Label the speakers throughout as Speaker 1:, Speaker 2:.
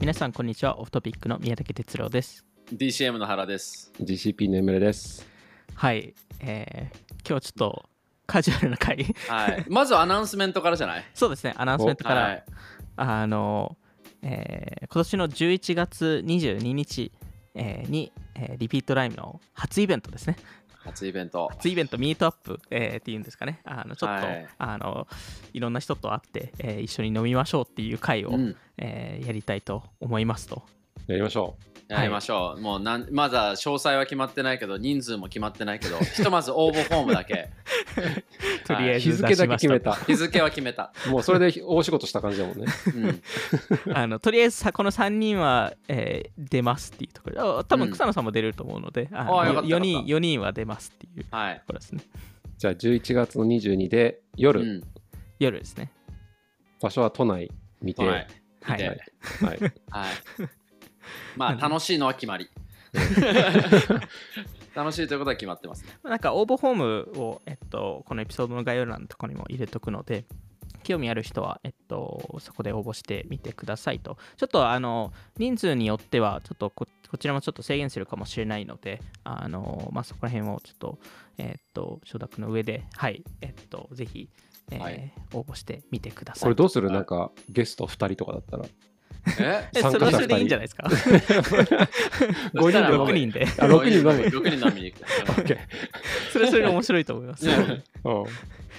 Speaker 1: 皆さんこんにちはオフトピックの宮崎哲郎です
Speaker 2: DCM の原です。
Speaker 3: GCP の眠れです。
Speaker 1: はいえー、今日ちょっとカジュアルな回
Speaker 2: はい。まずはアナウンスメントからじゃない
Speaker 1: そうですねアナウンスメントから、
Speaker 2: はい。
Speaker 1: あの、えー今年の11月22日、えーに、えーリピートライムの初イベントですね
Speaker 2: 初イベント。
Speaker 1: 初イベントミートアップ、えーっていうんですかねあのちょっと、
Speaker 2: はい
Speaker 1: い、あのいろんな人と会って、えー一緒に飲みましょうっていう会を、
Speaker 2: うん、
Speaker 1: えーやりたいと思いますと
Speaker 3: やりましょ
Speaker 2: やりましょう、もうなんまだ詳細は決まってないけど人数も決まってないけどひとまず応募フォームだ け
Speaker 1: とりあえ
Speaker 3: う。
Speaker 1: ず
Speaker 3: 日
Speaker 1: 出しま
Speaker 3: 付だけ決め。
Speaker 1: した
Speaker 2: 日付は決めた、
Speaker 3: もうそれで大仕事した感じだもんね。
Speaker 2: うん、
Speaker 1: たあのとりあえずさこの3人は、えー出ますっていうところあ多
Speaker 2: う
Speaker 1: 分
Speaker 2: ん
Speaker 1: 草野さんも出ると思うので、あ
Speaker 2: あーよかった
Speaker 1: 4
Speaker 2: よか
Speaker 1: 人
Speaker 2: った
Speaker 1: 4人は出ますっていうと
Speaker 2: はい、
Speaker 1: ころですね
Speaker 3: じゃあ11月の22で
Speaker 2: う
Speaker 3: 夜、
Speaker 2: ん、
Speaker 1: 夜ですね
Speaker 3: 場所は都内見て。
Speaker 2: 都内
Speaker 1: は
Speaker 2: 見て
Speaker 1: い
Speaker 3: いはい。
Speaker 2: はいまあ楽しいのは 決まり楽しいということは決まっ てますね
Speaker 1: なんか応募フォームを、えっと、このエピソードの概要欄のところにも入れとくので、興味ある人は、えっと、そこで応募してみてくださいと。ちょっと、あの、人数によっては、ちょっとこ、こちらもちょっと制限するかもしれないので、あの、まあ、そこら辺をちょっと、えっと、承諾の上で、はい、えっと、ぜひ、えー
Speaker 2: はい
Speaker 1: 応募してみてくださ
Speaker 3: こ
Speaker 1: い。
Speaker 3: れどうするなんかゲスト2人とかだったら。
Speaker 2: え
Speaker 1: え
Speaker 3: 参
Speaker 1: そ
Speaker 3: 加
Speaker 1: れは
Speaker 3: 者
Speaker 1: それでいいんじゃないですか ?5
Speaker 3: 5人
Speaker 2: そしたら
Speaker 3: で
Speaker 2: もう
Speaker 3: も。
Speaker 1: 人 で。
Speaker 3: あ6人飲む
Speaker 2: 6人飲みに行く
Speaker 1: それはそれで面白いと思います。
Speaker 2: ね
Speaker 3: う
Speaker 1: あと
Speaker 3: ん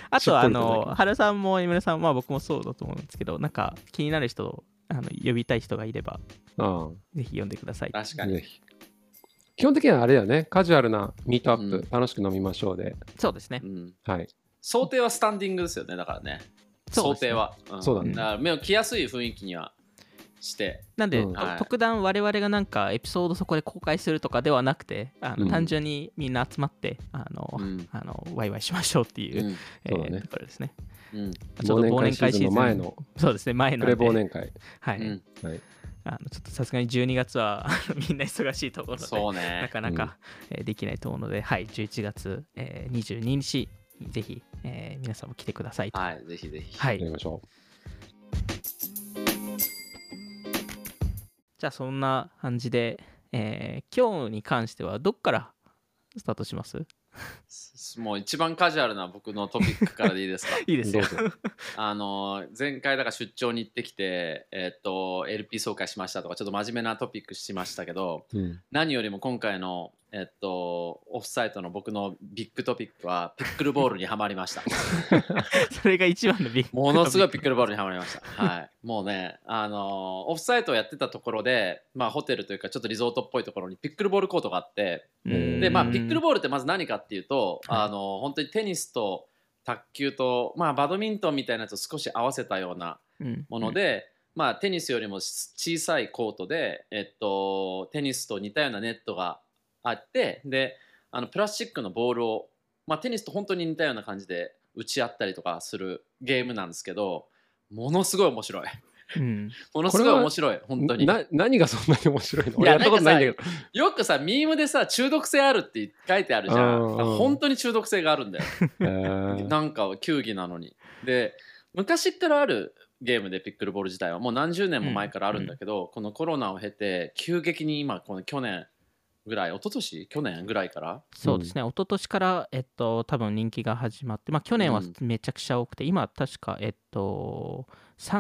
Speaker 1: は
Speaker 3: し
Speaker 1: あ
Speaker 3: っとりとだけ
Speaker 1: の原さんも井村さんもまあ僕もそうだと思うんですけどなんか気になる人あの呼びたい人がいれば
Speaker 3: あ
Speaker 1: ぜひ呼んでください。
Speaker 2: 確か
Speaker 3: あ
Speaker 2: に
Speaker 3: ぜひ。基本的にはあれだよね。カジュアルなミートアップ、
Speaker 2: うん
Speaker 3: 楽しく飲みましょうで。
Speaker 1: そうですね
Speaker 2: う。ん
Speaker 3: はい。
Speaker 2: 想定はスタンディングですよねだからね
Speaker 1: そう
Speaker 2: 想
Speaker 1: ですね
Speaker 2: 定は、ん
Speaker 3: そうだ
Speaker 1: ね
Speaker 2: から目を来やすい雰囲気にはして
Speaker 1: なんで、
Speaker 3: うん
Speaker 1: と
Speaker 2: はい
Speaker 1: 特段我々がなんかエピソードそこで公開するとかではなくてあの、
Speaker 3: うん
Speaker 1: 単純にみんな集まってあの、
Speaker 2: うん
Speaker 1: あのワイワイしましょうっていう、
Speaker 2: うん
Speaker 1: え
Speaker 3: そうだね
Speaker 1: ところですね。
Speaker 2: うん
Speaker 1: ちょっと
Speaker 3: 忘年会シーズンの前の
Speaker 1: そうですね前
Speaker 3: プ
Speaker 1: の
Speaker 3: レ忘年会。
Speaker 1: はい、
Speaker 2: うん
Speaker 3: はい。
Speaker 1: あのちょっとさすがに12月はあ のみんな忙しいところで
Speaker 2: そう
Speaker 1: な
Speaker 2: ね
Speaker 1: かなか、えーできないと思うので、はい、11月、えー22日にぜひ、えー皆さんも来てくださいと。
Speaker 2: はいぜひぜひ
Speaker 1: は
Speaker 3: やり
Speaker 1: い、
Speaker 3: ましょ
Speaker 1: じゃあそんな感じで、えー今日に関してはどっからスタートします
Speaker 2: もう一番カジュアルな僕のトピックからでいいですか
Speaker 1: いいで
Speaker 3: う。
Speaker 1: す
Speaker 3: どう
Speaker 1: よ。
Speaker 3: ぞ。
Speaker 2: あの前回だから出張に行ってきてえっと LP 総会しましたとかちょっと真面目なトピックしましたけど
Speaker 3: うん
Speaker 2: 何よりも今回のえっとオフサイトの僕のビッグトピックはピックルボールにはまりました
Speaker 1: それが一番のビッグ
Speaker 2: ものすごい
Speaker 1: ト
Speaker 2: ピックルボールにはまりましたはいもうねあのオフサイトをやってたところでまあホテルというかちょっとリゾートっぽいところにピックルボールコートがあって
Speaker 1: ピック
Speaker 3: うん
Speaker 2: でまあ、ピックル
Speaker 1: ボ
Speaker 2: ボールってまず何かっていうと、
Speaker 1: はい
Speaker 2: あの本当にテニスと卓球と、まあ、バドミントンみたいなやつを少し合わせたような
Speaker 1: ール
Speaker 2: もの、で、まあ、テニスよりも小さいコートで、えっと、テニスと似たようなネットがあってであのプラスチックのボールを、まあ、テニスと本当に似たような感じで打ち合ったりとかするゲームなんですけどものすごい面白い
Speaker 1: うんうん
Speaker 2: ものすごい面白い本当に
Speaker 3: な何がそんなに面白いの
Speaker 2: い
Speaker 3: 俺
Speaker 2: や
Speaker 3: やったことないんだけど。
Speaker 2: よくさミームでさ中毒性あるって書いてあるじゃん
Speaker 3: うんうん
Speaker 2: 本当に中毒性があるんだよ
Speaker 3: えー
Speaker 2: なんか球技なのに。で昔からあるゲームでピックルボール自体はもう何十年も前からあるんだけど、このコロナを経て急激に今この去年ぐらい一昨年去年ぐらいから
Speaker 1: そうですね、一昨年から、えっと、多分人気が始まって、まあ、去年は
Speaker 2: うん
Speaker 1: めちゃくちゃ多くて、今、確か、えっと、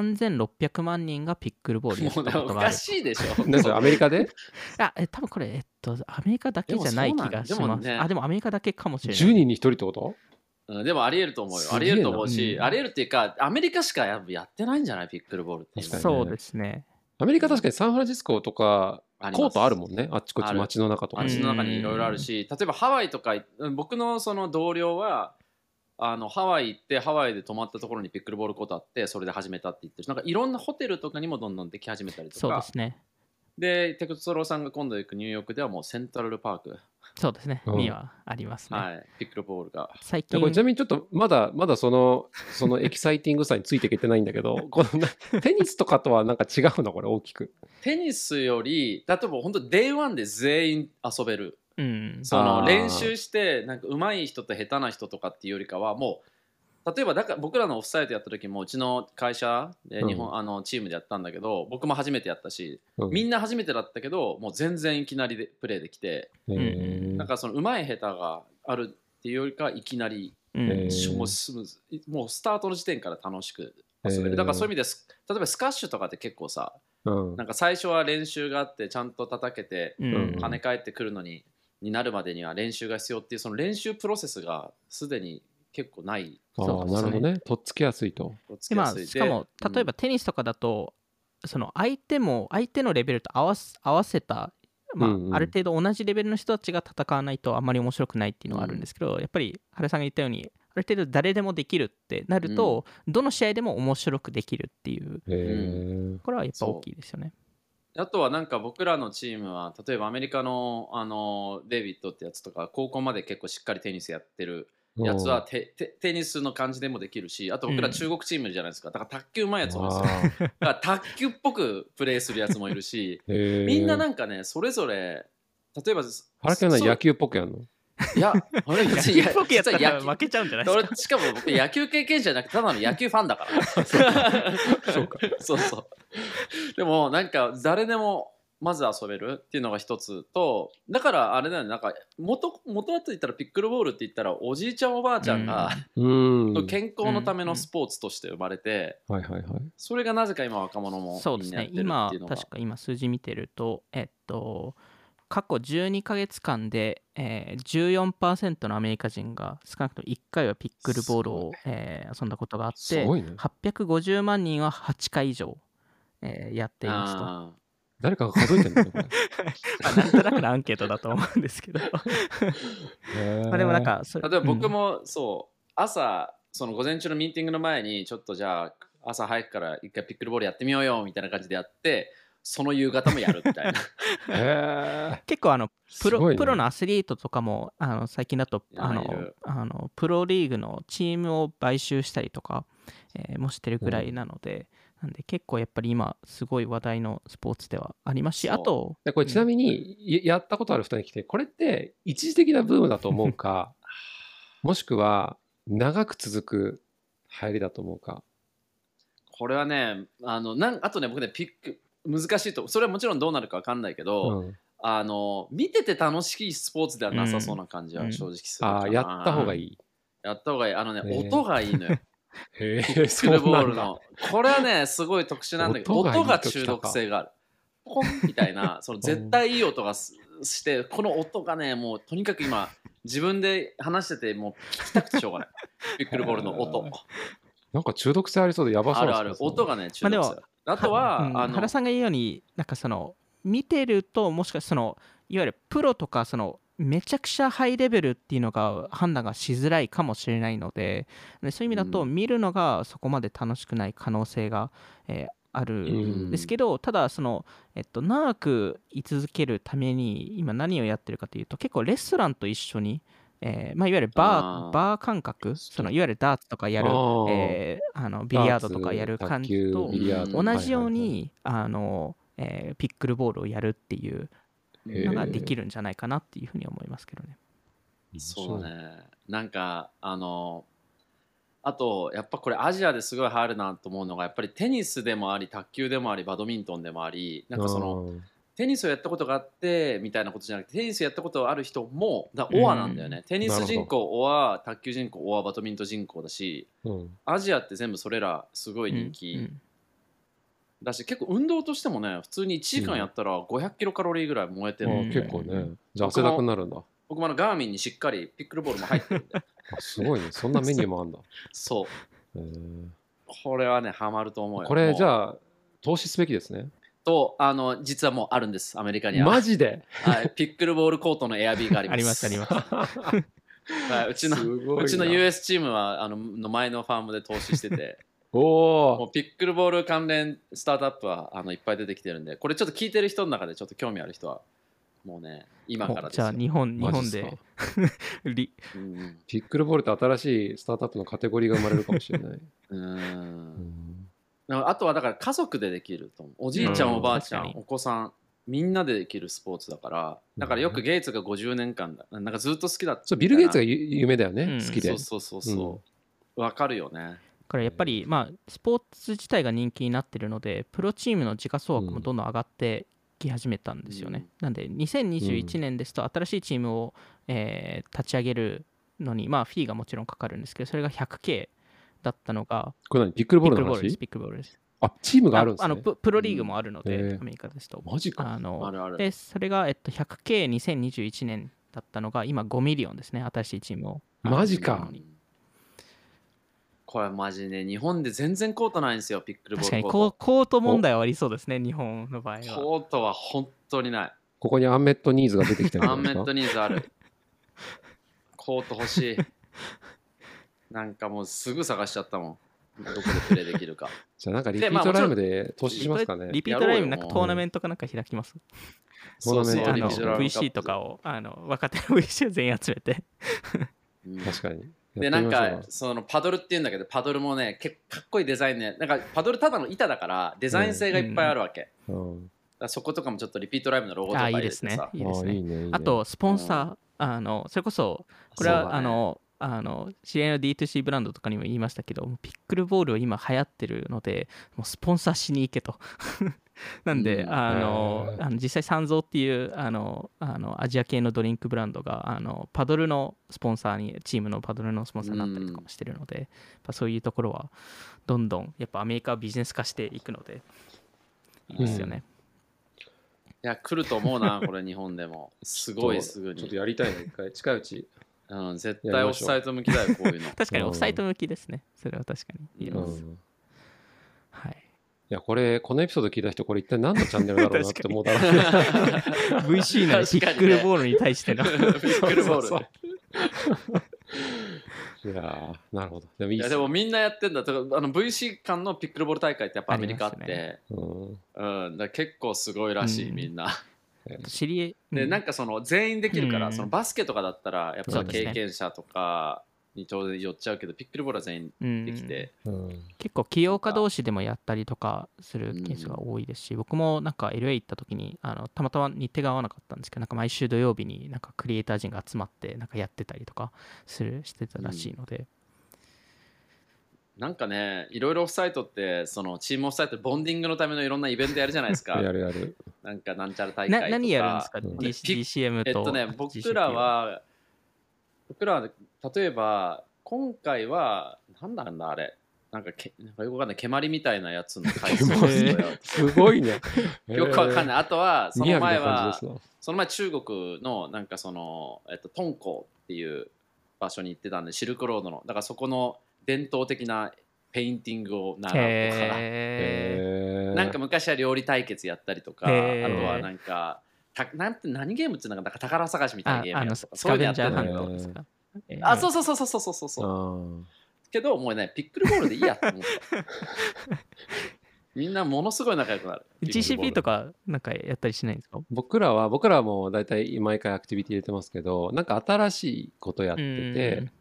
Speaker 1: 3600万人がピックルボールやって
Speaker 2: もう
Speaker 1: た
Speaker 2: ね
Speaker 1: こ
Speaker 2: お
Speaker 1: とがあ
Speaker 2: か
Speaker 1: る。
Speaker 2: しいでし
Speaker 3: なんか
Speaker 2: ょ。
Speaker 3: アメリカで
Speaker 1: あ、え多分これ、えっと、アメリカだけじゃない気がし
Speaker 2: でもそうなん
Speaker 1: ま。
Speaker 2: ですもね
Speaker 1: あ、でもアメリカだけかもしれない。
Speaker 3: 10人に1人ってこと
Speaker 2: うんでもありえると思うよ
Speaker 3: すげえな
Speaker 2: ありえると思うし、
Speaker 1: うん
Speaker 2: ありえるっていうかアメリカしかややってないんじゃないピックルボールって
Speaker 3: 確かにね
Speaker 1: そうですね。
Speaker 3: アメリカ確かにサンフランシスコとかコートある
Speaker 2: ん
Speaker 3: もんねあっちこっ
Speaker 2: あ
Speaker 3: ち
Speaker 2: る
Speaker 3: 街の中とか
Speaker 2: 街の中にいろいろあるし例えばハワイとか僕のその同僚はあのハワイ行ってハワイで泊まったところにピックルボールコートあってそれで始めたって言ってるしなんかいろんなホテルとかにもどんどんでき始めたりと
Speaker 1: そうで
Speaker 2: か
Speaker 1: すね。
Speaker 2: でテクトロさんが今度行くニューヨークではもうセントラルパーク、
Speaker 1: そうですね。
Speaker 3: うん
Speaker 1: にはありますね。
Speaker 2: はい、ピックルボールが
Speaker 1: 最
Speaker 3: いや
Speaker 1: 近
Speaker 3: これちなみにちょっとまだまだそのそのエキサイティングさについていけてないんだけ どこのなテニスとかとはなんか違うのこれ大きく
Speaker 2: テニスより例えば本当デイワンで全員遊べる
Speaker 1: うん、
Speaker 2: その
Speaker 3: あー
Speaker 2: 練習してなんか上手い人と下手な人とかっていうよりかはもう例えばだから僕らのオフサイトやった時もうちの会社で
Speaker 3: うん
Speaker 2: 日本、あのチームでやったんだけど僕も初めてやったし
Speaker 3: うん
Speaker 2: みんな初めてだったけどもう全然いきなりでプレーできて
Speaker 1: う
Speaker 3: へー
Speaker 2: なんかその上手い下手があるっていうよりかいきなり
Speaker 1: うん
Speaker 3: えー
Speaker 2: もうスムーズもうスタートの時点から楽しく遊べ
Speaker 3: へー
Speaker 2: るだからそういう意味です例えばスカッシュとかって結構さ
Speaker 3: うん
Speaker 2: なんか最初は練習があってちゃんと叩けて
Speaker 1: うん
Speaker 3: うん
Speaker 2: 跳ね返ってくるのにになるまでには練習が必要っていうその練習プロセスがすでに結構ない
Speaker 3: あ
Speaker 1: そう
Speaker 3: あ
Speaker 1: か
Speaker 3: なるほどねとっつきやすいと
Speaker 2: をつ
Speaker 1: で
Speaker 2: け
Speaker 1: ま
Speaker 2: や
Speaker 1: あ
Speaker 2: すい
Speaker 1: しかも
Speaker 2: で
Speaker 1: 例えばテニスとかだと、その相手も相手のレベルと合わす合わせた、まあ
Speaker 3: うんうん
Speaker 1: ある程度同じレベルの人たちが戦わないとあんまり面白くないっていうのがあるんですけど、やっぱり原さんが言ったようにある程度誰でもできるってなると、どの試合でも面白くできるっていう
Speaker 3: へえ
Speaker 1: これはやっぱ大きいですよね。
Speaker 2: あとはなんか僕らのチームは例えばアメリカのあのデイビッドってやつとか高校まで結構しっかりテニスやってるやつはテテテニスの感じでもできるしあと僕
Speaker 1: う
Speaker 2: ら
Speaker 1: ん
Speaker 2: 中国チームじゃないですかだから卓球うまいやつもいるんですよ
Speaker 3: あー
Speaker 2: だから卓球っぽくプレーするやつもいる し
Speaker 3: へ ー
Speaker 2: みんななんかねそれぞれ例えばす
Speaker 3: 原健は
Speaker 2: そう
Speaker 3: 野球っぽくやんの
Speaker 2: いや俺
Speaker 1: 野
Speaker 2: 別に
Speaker 1: 球っぽくやった
Speaker 2: 実は
Speaker 1: ら
Speaker 2: 野球
Speaker 1: 負けちゃうんじゃないです
Speaker 2: 俺
Speaker 1: か。
Speaker 2: しかも僕野球経験者じゃなくてただの野球ファンだから
Speaker 3: そうか
Speaker 2: そうそうでもなんか誰でもまず遊べるっていうのが一つとだからあれだよねなんか元元はと言ったらピックルボールって言ったらおじいちゃんおばあちゃんが、
Speaker 3: うーん
Speaker 2: 健康のためのスポーツとして生まれて、
Speaker 3: はいはいはい
Speaker 2: それがなぜか今若者も
Speaker 1: そうで
Speaker 2: みん
Speaker 1: す
Speaker 2: なや
Speaker 1: ね
Speaker 2: ってるっていう
Speaker 1: 今
Speaker 2: のが
Speaker 1: 確か今数字見てるとえっと過去12ヶ月間で、えー、14%のアメリカ人が少なくとも1回はピックルボールを、えー遊んだことがあっ
Speaker 3: す
Speaker 1: て
Speaker 3: ごいね
Speaker 1: 850万人は8回以上、えーやっていますと
Speaker 2: あー
Speaker 3: 誰かが数えてん のかこれ
Speaker 1: まあなんとなくのアンケートだと思うんですけど
Speaker 3: へー
Speaker 1: まあでもなんかそれ
Speaker 2: 例えば僕もそう、朝その午前中のミーティングの前にちょっとじゃあ朝早くから一回ピックルボールやってみようよみたいな感じでやってその夕方もやるみた いな
Speaker 3: へ
Speaker 1: 結構あのプ
Speaker 3: すご
Speaker 1: ロ,、
Speaker 3: いね
Speaker 1: プロのアスリートとかもあの最近だと
Speaker 2: いや
Speaker 1: あ
Speaker 2: い
Speaker 1: の
Speaker 2: る
Speaker 1: あのプロリーグのチームを買収したりとか、えーもしてるぐらいなので、なんで結構やっぱり今すごい話題のスポーツではありますし
Speaker 2: そう
Speaker 1: あと
Speaker 3: えこれちなみにいやったことある2人来てこれって一時的なブームだと思うか もしくは長く続く流行りだと思うか
Speaker 2: これはねあのなんあとね僕ねピック難しいとそれはもちろんどうなるか分かんないけど、
Speaker 3: うん
Speaker 2: あの見てて楽しいスポーツではなさそうな感じ
Speaker 1: う
Speaker 2: は
Speaker 1: ん
Speaker 2: 正直するかな、
Speaker 3: ああやった方がいい
Speaker 2: やった方がいいあのね、
Speaker 3: ね
Speaker 2: 音がいいのよ
Speaker 3: へ え
Speaker 2: ピックルボールのこれはねすごい特殊なんだけど
Speaker 3: 音
Speaker 2: 音が
Speaker 3: がいいと
Speaker 2: 中毒性があるポンみた いなその絶対いい音がすしてこの音がねもうとにかく今自分で話しててもう聞きたくてしょうがないピックルボールの 音
Speaker 3: なんか中毒性ありそうでやばそ
Speaker 2: あ
Speaker 3: う
Speaker 2: る
Speaker 3: な
Speaker 2: ある音がね
Speaker 1: ま
Speaker 2: 中
Speaker 1: あで
Speaker 2: 毒
Speaker 1: も
Speaker 2: 性あるあとは、
Speaker 1: うん
Speaker 2: あの
Speaker 1: 原さんが言うようになんかその見てるともしかしてそのいわゆるプロとかそのめちゃくちゃハイレベルっていうのが判断がしづらいかもしれないのででそういう意味だと
Speaker 2: う
Speaker 1: 見るのがそこまで楽しくない可能性が、えーある
Speaker 3: うん
Speaker 1: ですけどただその、えっと、長く居続けるために今何をやってるかというと結構レストランと一緒に、えーまあ、いわゆるバ
Speaker 2: あー
Speaker 1: ーバー感覚そのいわゆるダーツとかやる
Speaker 3: あー
Speaker 1: えーあのビリヤードとかやる感じと
Speaker 2: ビリヤード
Speaker 1: 同じようにあのえーピックルボールをやるっていう
Speaker 3: へー
Speaker 1: のができるんじゃないかなっていうふうに思いますけどね。
Speaker 2: そうだねなんかあのあとやっぱこれアジアですごい流行るなと思うのがやっぱりテニスでもあり卓球でもありバドミントンでもありなんかその、テニスをやったことがあってみたいなことじゃなくてテニスやったことある人もだオアなんだよね、テニス人口オア卓球人口オアバドミントン人口だしアジアって全部それらすごい人
Speaker 1: うんう
Speaker 2: 気
Speaker 1: ん
Speaker 2: だし、結構運動としてもね普通に1時間やったら500キロカロリーぐらい燃えてる、
Speaker 1: うん
Speaker 3: 結構ねじゃあ汗だくになるんだ
Speaker 2: 僕もあのガーミンにしっかりピックルボールも入って るんで
Speaker 3: あすごいねそんなメニューもあんだ
Speaker 2: そう
Speaker 3: へー
Speaker 2: これはねハマると思うよ
Speaker 3: これじ
Speaker 2: あ
Speaker 3: ゃあ投資すべきですね
Speaker 2: とあの実はもうあるんですアメリカには、
Speaker 3: マジで
Speaker 2: はい、ピックルボールコートのエアビーがあります
Speaker 1: ありますあります。
Speaker 2: はいうちの
Speaker 3: う
Speaker 2: うちの US チームはあのの前のファームで投資してて
Speaker 3: お
Speaker 2: もう
Speaker 3: お
Speaker 2: ピックルボール関連スタートアップはあのいっぱい出てきてるんで、これちょっと聞いてる人の中でちょっと興味ある人は、もうね、今から
Speaker 1: お
Speaker 2: です
Speaker 1: じゃ
Speaker 2: よ。
Speaker 1: あ日本日
Speaker 3: マジ
Speaker 1: 本
Speaker 3: っすか
Speaker 1: でリ
Speaker 2: うん
Speaker 3: ピックルボールって新しいスタートアップのカテゴリーが生まれるかもしれない。
Speaker 2: うんだからあとはだから家族でできると思う。おじいちゃ、
Speaker 3: うんん
Speaker 2: おばあちゃ
Speaker 1: 確
Speaker 2: ん、
Speaker 1: かに
Speaker 2: お子さん、みんなでできるスポーツだから、だからよくゲイツが50年間だ、なんかずっと好きだったみたいな。
Speaker 3: そうビル・ゲイツが
Speaker 2: い
Speaker 3: ゆ夢だよね、
Speaker 1: うん
Speaker 3: 好きで。
Speaker 2: そうそうそうそう。わかるよね。
Speaker 1: だからやっぱり、まあ、スポーツ自体が人気になってるので、プロチームの時価総額もどんどん上がってき始めたんですよね。
Speaker 2: うん
Speaker 1: なんで、2021年ですと、新しいチームを、えー立ち上げるのに、まあ、フィーがもちろんかかるんですけど、それが 100K だったのが、
Speaker 3: これ何ピックルボ
Speaker 1: ピ
Speaker 3: ー
Speaker 1: ッ
Speaker 3: ル
Speaker 1: クル
Speaker 3: の
Speaker 1: ボールです、
Speaker 3: 話
Speaker 1: ピックルボールです。
Speaker 3: あ、チームがあるんで
Speaker 1: あ
Speaker 3: す
Speaker 1: の
Speaker 3: ね。
Speaker 1: ププロリーグもあるので、
Speaker 3: うんへー
Speaker 1: アメリカですと。
Speaker 3: マジか。
Speaker 1: あの
Speaker 2: あるある。
Speaker 1: でそれが、えっと、100K2021 年だったのが今5ミリオンですね新しいチームを
Speaker 3: マジか
Speaker 1: あの
Speaker 2: これマジね、日本で全然コートないんですよ、ピックルボ
Speaker 1: 確か
Speaker 2: ール
Speaker 1: に
Speaker 2: コー
Speaker 1: コ
Speaker 2: ト。
Speaker 1: コート問題はありそうですね日本の場合は
Speaker 2: コートは本当にない。
Speaker 3: ここにアンメットニーズが出てきてるんじ
Speaker 2: ア
Speaker 3: ゃ
Speaker 2: ンメ
Speaker 3: ないで
Speaker 2: ッ
Speaker 3: すか
Speaker 2: ト。ニーズある。コート欲しい。なんかもうすぐ探しちゃったもん。どこでプレイできるか。
Speaker 3: じゃあなんかリピ
Speaker 2: でま
Speaker 3: ー
Speaker 2: あ
Speaker 3: ト
Speaker 2: もちろ
Speaker 3: ライ
Speaker 2: ん
Speaker 3: ブで投資しますかね。
Speaker 1: リピートライブな
Speaker 2: やろうんよ
Speaker 1: か
Speaker 2: もう
Speaker 1: トーナメントかなんか開きます
Speaker 2: そうそう、
Speaker 3: トー
Speaker 1: あ
Speaker 3: ナメ
Speaker 1: の
Speaker 3: ント
Speaker 2: ビジュアルカップ
Speaker 1: VC とかをあの若手の VC を全員集めて
Speaker 2: うん
Speaker 3: 確かに。
Speaker 2: で
Speaker 3: や
Speaker 2: な
Speaker 3: って
Speaker 2: ん
Speaker 3: みましょう
Speaker 2: かそのパドルっていうんだけどパドルもね結構かっこいいデザインねなんかパドルただの板だからデザイン性がいっぱいあるわけ、だか
Speaker 3: うん
Speaker 2: らそことかもちょっとリピートライブのロゴとか
Speaker 1: あい
Speaker 2: 入
Speaker 1: いで
Speaker 2: れて
Speaker 1: すね
Speaker 2: さ
Speaker 1: いいです
Speaker 3: あい
Speaker 1: ね
Speaker 3: いね。いいね
Speaker 1: あ、とスポンサーあのそれこそこれ
Speaker 2: そう
Speaker 1: は
Speaker 2: だね
Speaker 1: あのあの知り合いの D2C ブランドとかにも言いましたけどもうピックルボールは今流行ってるのでもうスポンサーしに行けと なんで、
Speaker 2: うん
Speaker 1: あの
Speaker 3: へー
Speaker 1: あの実際サンゾーっていうあのあのアジア系のドリンクブランドがあのパドルのスポンサーにチームのパドルのスポンサーになったりとかもしてるので、やっぱそういうところはどんどんやっぱアメリカはビジネス化していくのでいいですよね、
Speaker 2: いや来ると思うなこれ日本でもすごい
Speaker 3: ちょっと
Speaker 2: すぐ
Speaker 3: ちょっと
Speaker 2: に、
Speaker 3: やりたいな、一回。近いうち。
Speaker 2: うん、絶
Speaker 3: や
Speaker 2: 対
Speaker 3: り
Speaker 2: オ
Speaker 3: ま
Speaker 2: フ
Speaker 3: しょう
Speaker 2: サイト向きだよこういうの
Speaker 1: 確かにオフサイト向きですねそれは確かに言え
Speaker 3: う
Speaker 1: ま
Speaker 3: ん。
Speaker 1: す、
Speaker 3: い
Speaker 1: はい
Speaker 3: や、これ、このエピソード聞いた人、これ一体何のチャンネルだろうなって 思うだろう
Speaker 1: VC のピックルボールに対しての
Speaker 2: ピックルボール
Speaker 3: そうそうそういやー、なるほど。でもいい
Speaker 2: い
Speaker 3: っ
Speaker 2: や
Speaker 3: す
Speaker 2: で
Speaker 3: ね
Speaker 2: もみんなやってんだだからあの VC 間のピックルボール大会ってやっぱアメリカあって
Speaker 1: ありま
Speaker 3: うん
Speaker 2: うん、だから結構すごいらしい、
Speaker 1: うん
Speaker 2: みんな
Speaker 1: 知り合い
Speaker 2: で
Speaker 1: うん
Speaker 2: なんかその全員できるから、
Speaker 1: うん
Speaker 2: そのバスケとかだったらやっ
Speaker 1: そ
Speaker 2: ぱ
Speaker 1: うですね
Speaker 2: 経験者とかに当然寄っちゃうけどピックルボールは全員
Speaker 1: うん
Speaker 2: できて、
Speaker 3: うん。
Speaker 1: 結構起業家同士でもやったりとかするケース
Speaker 2: うん
Speaker 1: が多いですし、僕もなんか LA 行った時にあのたまたま日程が合わなかったんですけどなんか毎週土曜日になんかクリエイター陣が集まってなんかやってたりとかするしてたらしいので、
Speaker 2: なんかねいろいろオフサイトってそのチームオフサイトボンディングのためのいろんなイベントやるじゃないで すか
Speaker 3: やるやる。
Speaker 2: なんかなんちゃら大会と
Speaker 1: な
Speaker 2: か
Speaker 1: 何やるんですか、
Speaker 3: うん
Speaker 1: D-
Speaker 2: ピッ
Speaker 1: DCM と
Speaker 2: えっとね僕らは僕らは例えば今回は何なんだあれなんかけなんかよくわかんない蹴鞠みたいなやつの回数
Speaker 1: 蹴鞠
Speaker 3: すごいね。
Speaker 2: よくわかんないあとは
Speaker 3: えー。
Speaker 2: そ
Speaker 3: 宮
Speaker 2: の
Speaker 3: 城
Speaker 2: 前
Speaker 3: な感
Speaker 2: は
Speaker 3: じですな。
Speaker 2: その前中国のなんかその、えっと、敦煌っていう場所に行ってたんでシルクロードのだからそこの伝統的なペインティングを習うとか、
Speaker 1: へ
Speaker 3: えー
Speaker 2: なんか昔は料理対決やったりとか、
Speaker 1: へ
Speaker 3: ー
Speaker 2: あとはなんかたなんて何ゲームっていうのかなんか宝探しみたいな
Speaker 1: あ
Speaker 2: ゲー
Speaker 1: あ
Speaker 2: ムや
Speaker 1: の
Speaker 2: った
Speaker 1: ス
Speaker 2: とかそう
Speaker 1: カベ
Speaker 2: いうのや
Speaker 1: ン
Speaker 2: っ
Speaker 1: ジ
Speaker 2: て
Speaker 1: ャー
Speaker 2: た
Speaker 1: ハ
Speaker 2: の
Speaker 1: ン
Speaker 2: よ
Speaker 1: ドですか、えー
Speaker 2: あそうそうそうそうそうそうそうそうけどもうねピックルボールでいいやって思ったみんなものすごい仲良くなる
Speaker 1: GCP とかなんかやったりしないんですか
Speaker 3: 僕らは僕らはもう大体毎回アクティビティ入れてますけどなんか新しいことやってて、
Speaker 1: うん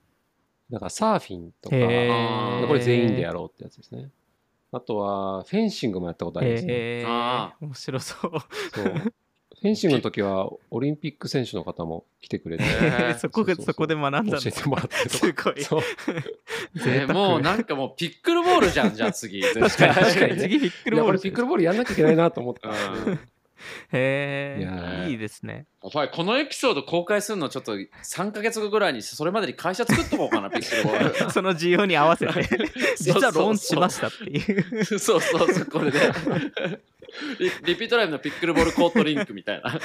Speaker 3: なんかサーフィンとか、
Speaker 1: へ
Speaker 2: ー
Speaker 3: これ全員でやろうってやつですねあとはフェンシングもやったことありますね、
Speaker 1: へー
Speaker 2: あ
Speaker 1: 面白そう
Speaker 3: そうフェンシングの時はオリンピック選手の方も来てくれて
Speaker 2: へー
Speaker 1: そこが
Speaker 3: そうそうそう
Speaker 1: そこで学んだん
Speaker 3: 教
Speaker 1: だ
Speaker 3: えてもらって と
Speaker 1: すごい
Speaker 3: かそう
Speaker 2: えーもうなんかもうピックルボールじゃんじゃあ次
Speaker 1: 確かに確か
Speaker 3: 確かに
Speaker 1: に
Speaker 3: ね
Speaker 1: 次ピック
Speaker 3: い
Speaker 1: ル
Speaker 3: や
Speaker 1: ボー
Speaker 3: こ
Speaker 1: ル
Speaker 3: れピックルボールやんなきゃいけないな と思った、
Speaker 2: うん
Speaker 1: へ
Speaker 3: いや
Speaker 1: え
Speaker 3: ー
Speaker 1: いいですね
Speaker 2: やばいこのエピソード公開するのちょっと3か月後ぐらいにそれまでに会社作っとこうかなピックルボール
Speaker 1: その需要に合わ せて実はローンチしま
Speaker 2: し
Speaker 1: したっていう
Speaker 2: たそうそうそうこれでリリピートライブのピックルボールコートリンクみたいな、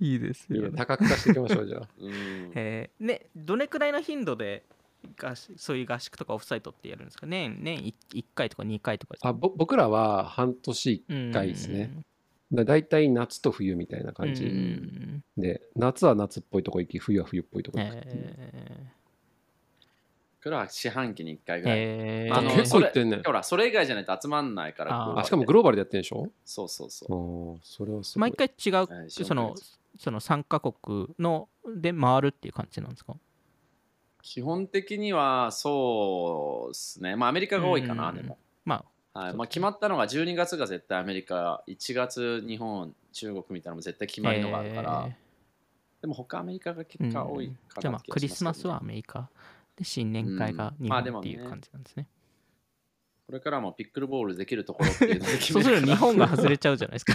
Speaker 1: いいです
Speaker 3: いい
Speaker 1: よ
Speaker 3: ね
Speaker 1: ね
Speaker 3: 多角化していきましょうじゃあ
Speaker 2: うん
Speaker 1: へーねどれくらいの頻度で合宿そういう合宿とかオフサイトってやるんですか年年い1回とか2回とかですか
Speaker 3: あぼ僕らは半年
Speaker 1: うん
Speaker 3: 回ですねだ大体夏と冬みたいな
Speaker 1: う
Speaker 3: 感
Speaker 1: んう
Speaker 3: じ
Speaker 1: ん
Speaker 3: で、夏は夏っぽいとこ行き冬は冬っぽいとこ
Speaker 1: うん
Speaker 3: 行くっていう
Speaker 1: へ
Speaker 2: これは四半期に1回
Speaker 1: ー
Speaker 2: ぐらい、
Speaker 1: へ
Speaker 2: あ
Speaker 1: ー
Speaker 2: の
Speaker 3: 結構行ってんね
Speaker 2: ほらそれ以外じゃないと集まんないから
Speaker 1: あー
Speaker 2: こう
Speaker 3: あしかもグローバルでやってんでしょ
Speaker 2: そうそうそう
Speaker 3: おそれはすごい
Speaker 1: 毎回違う
Speaker 2: はい
Speaker 1: そのその3カ国ので回るっていう感じなんですか
Speaker 2: 基本的にはそうですねまあアメリカが多いかな、
Speaker 1: うん
Speaker 2: でも
Speaker 1: ま
Speaker 2: は
Speaker 1: そう
Speaker 2: い
Speaker 1: です
Speaker 2: まあ、決まったのが12月が絶対アメリカ1月日本中国みたいなのも絶対決
Speaker 1: あ
Speaker 2: まりのがあるから、
Speaker 1: へー
Speaker 2: でも他アメリカが結果多いかな、
Speaker 1: じゃあまあクリスマスはアメリカで新年会が日本
Speaker 2: まあでも
Speaker 1: ってい
Speaker 2: ね
Speaker 1: う感じなんですね。
Speaker 2: これからもピックルボールできるところっていうのを決
Speaker 1: そう
Speaker 2: め
Speaker 1: すると日
Speaker 2: から
Speaker 1: 本が外れちゃうじゃない ですか。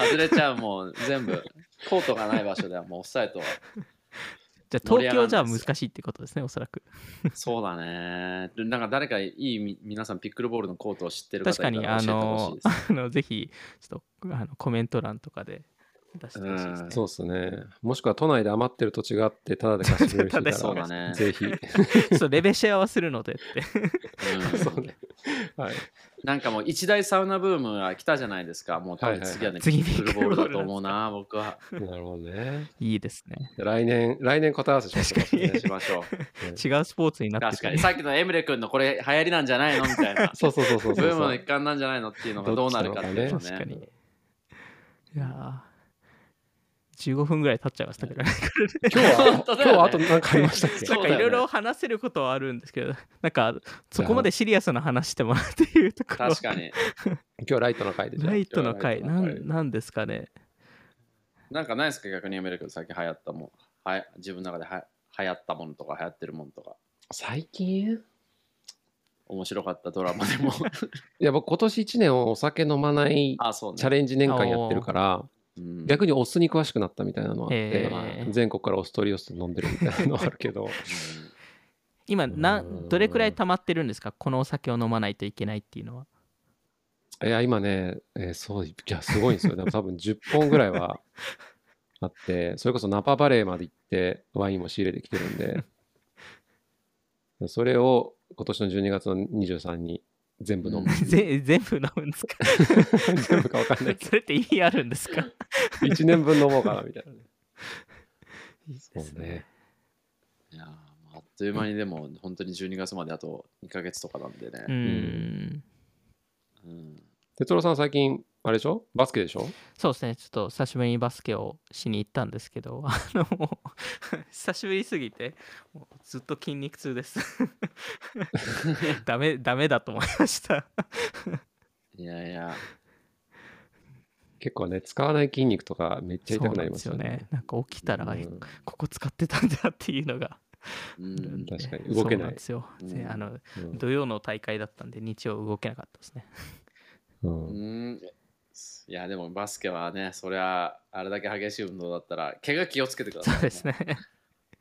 Speaker 2: 外れちゃうもう全部コートがない場所ではもうオフサイトは
Speaker 1: じゃあ東京じゃ
Speaker 2: 盛り上がるんですよ
Speaker 1: 難しいってことですね、おそらく。
Speaker 2: そうだねなんか誰かいいみ皆さんピックルボールのコートを知ってる方い
Speaker 1: 確か
Speaker 2: た
Speaker 1: に、
Speaker 2: ら
Speaker 1: あ
Speaker 2: 教えてほしい
Speaker 1: の
Speaker 2: です、
Speaker 1: あのぜひちょっとあのコメント欄とかで出してほしいです
Speaker 2: うん
Speaker 1: ね。
Speaker 3: そうですね。もしくは都内で余ってる土地があって、ただで貸してくれ る人い
Speaker 2: そ
Speaker 3: た
Speaker 2: うだね
Speaker 3: ら、ぜひ。
Speaker 1: ちょっとレベシェアはするので って。
Speaker 2: うん
Speaker 3: そうね。はい。
Speaker 2: なんかもう一大サウナブームが来たじゃないですかもう多分
Speaker 3: はいはいはい
Speaker 2: 次はね、
Speaker 1: 次に
Speaker 2: ピックルボールだと思うな僕は
Speaker 3: なるほどね。
Speaker 1: いいですね。
Speaker 3: 来年、来年答え合わせしましょう。
Speaker 1: 確かに
Speaker 2: しましょう
Speaker 3: はい
Speaker 1: 違うスポーツになって
Speaker 2: 確
Speaker 1: く
Speaker 2: か
Speaker 1: る
Speaker 2: にさっきのエムレ君のこれ流行りなんじゃないのみたいな
Speaker 3: そうそうそうそう
Speaker 2: ブ
Speaker 3: そう。
Speaker 2: ーム の一環なんじゃないのっていうのがどうなるかっていうの
Speaker 1: 確
Speaker 2: ね
Speaker 1: かに。いやー15分ぐらい経っちゃいましたけど、ね、
Speaker 3: 今日は
Speaker 2: 本、当だ
Speaker 3: 今日
Speaker 2: よね
Speaker 3: はあと何かありましたっけ
Speaker 2: そ
Speaker 1: な
Speaker 2: うんだ
Speaker 1: か
Speaker 2: よね
Speaker 1: いろいろ話せることはあるんですけど、 なんかそこまでシリアスな話してもらっていうところは
Speaker 2: 確かに
Speaker 3: 今日はライトの回でじゃあ
Speaker 1: ライトの回、
Speaker 2: ライトの
Speaker 1: な
Speaker 2: 回
Speaker 1: んなんですかね。
Speaker 2: なんかないですか逆にエムレ君最近流行ったもんはい自分の中では流行ったものとか流行ってるものとか
Speaker 3: 最近
Speaker 2: 面白かったドラマ でも
Speaker 3: いや、僕今年1年をお酒飲まない
Speaker 2: あそうね
Speaker 3: チャレンジ年間やってるから、
Speaker 2: うん
Speaker 3: 逆にお酢に詳しくなったみたいなのはあって
Speaker 1: へ、ー
Speaker 3: 全国からお酢取り寄せて飲んでるみたいなのはあ るけど、
Speaker 1: 今な
Speaker 3: うーん
Speaker 1: どれくらい溜まってるんですかこのお酒を飲まないといけないっていうのは。
Speaker 3: いや、今ね、えーそう、いや、すごいんですよ。でも多分10本ぐらいはあって、それこそナパバレーまで行ってワインも仕入れてきてる んで、それを今年の12月の23に全部飲む。
Speaker 1: ぜ全部飲むんですか
Speaker 3: 全部かわかんないけ
Speaker 1: それって意味あるんですか
Speaker 3: ど、1年分飲もうかなみたいなね。
Speaker 1: いいです
Speaker 3: そうね。
Speaker 2: いやーまああっという間にでも本当に12月まであと2ヶ月とかなんで
Speaker 1: う
Speaker 2: ね、
Speaker 1: ん。
Speaker 2: うん
Speaker 3: 哲郎さん最近、あれでしょバスケでしょ
Speaker 1: そうですね、ちょっと久しぶりにバスケをしに行ったんですけど、あの、もう久しぶりすぎて、もうずっと筋肉痛 です。ダメ、ダメだと思いました。
Speaker 2: いやいや
Speaker 3: 結構ね、使わない筋肉とかめっちゃ痛くなりま
Speaker 1: そ
Speaker 3: す
Speaker 1: う
Speaker 3: よ
Speaker 1: なんですよ
Speaker 3: ね
Speaker 1: ね。。なんか起きたら、
Speaker 3: うん
Speaker 1: えここ使ってたんだっていうのが
Speaker 2: う
Speaker 1: あるん
Speaker 2: ん
Speaker 1: で。
Speaker 3: 確かに動
Speaker 1: そう
Speaker 3: けない
Speaker 1: なんですよ。で
Speaker 2: うん
Speaker 1: あの、
Speaker 3: うん
Speaker 1: 土曜の大会だったんで、日曜動けなかったですね。
Speaker 3: うん
Speaker 2: うんいやでもバスケはねそりゃあれだけ激しい運動だったら怪我気をつけてくださ
Speaker 1: そ
Speaker 2: いう
Speaker 1: ですね。
Speaker 3: い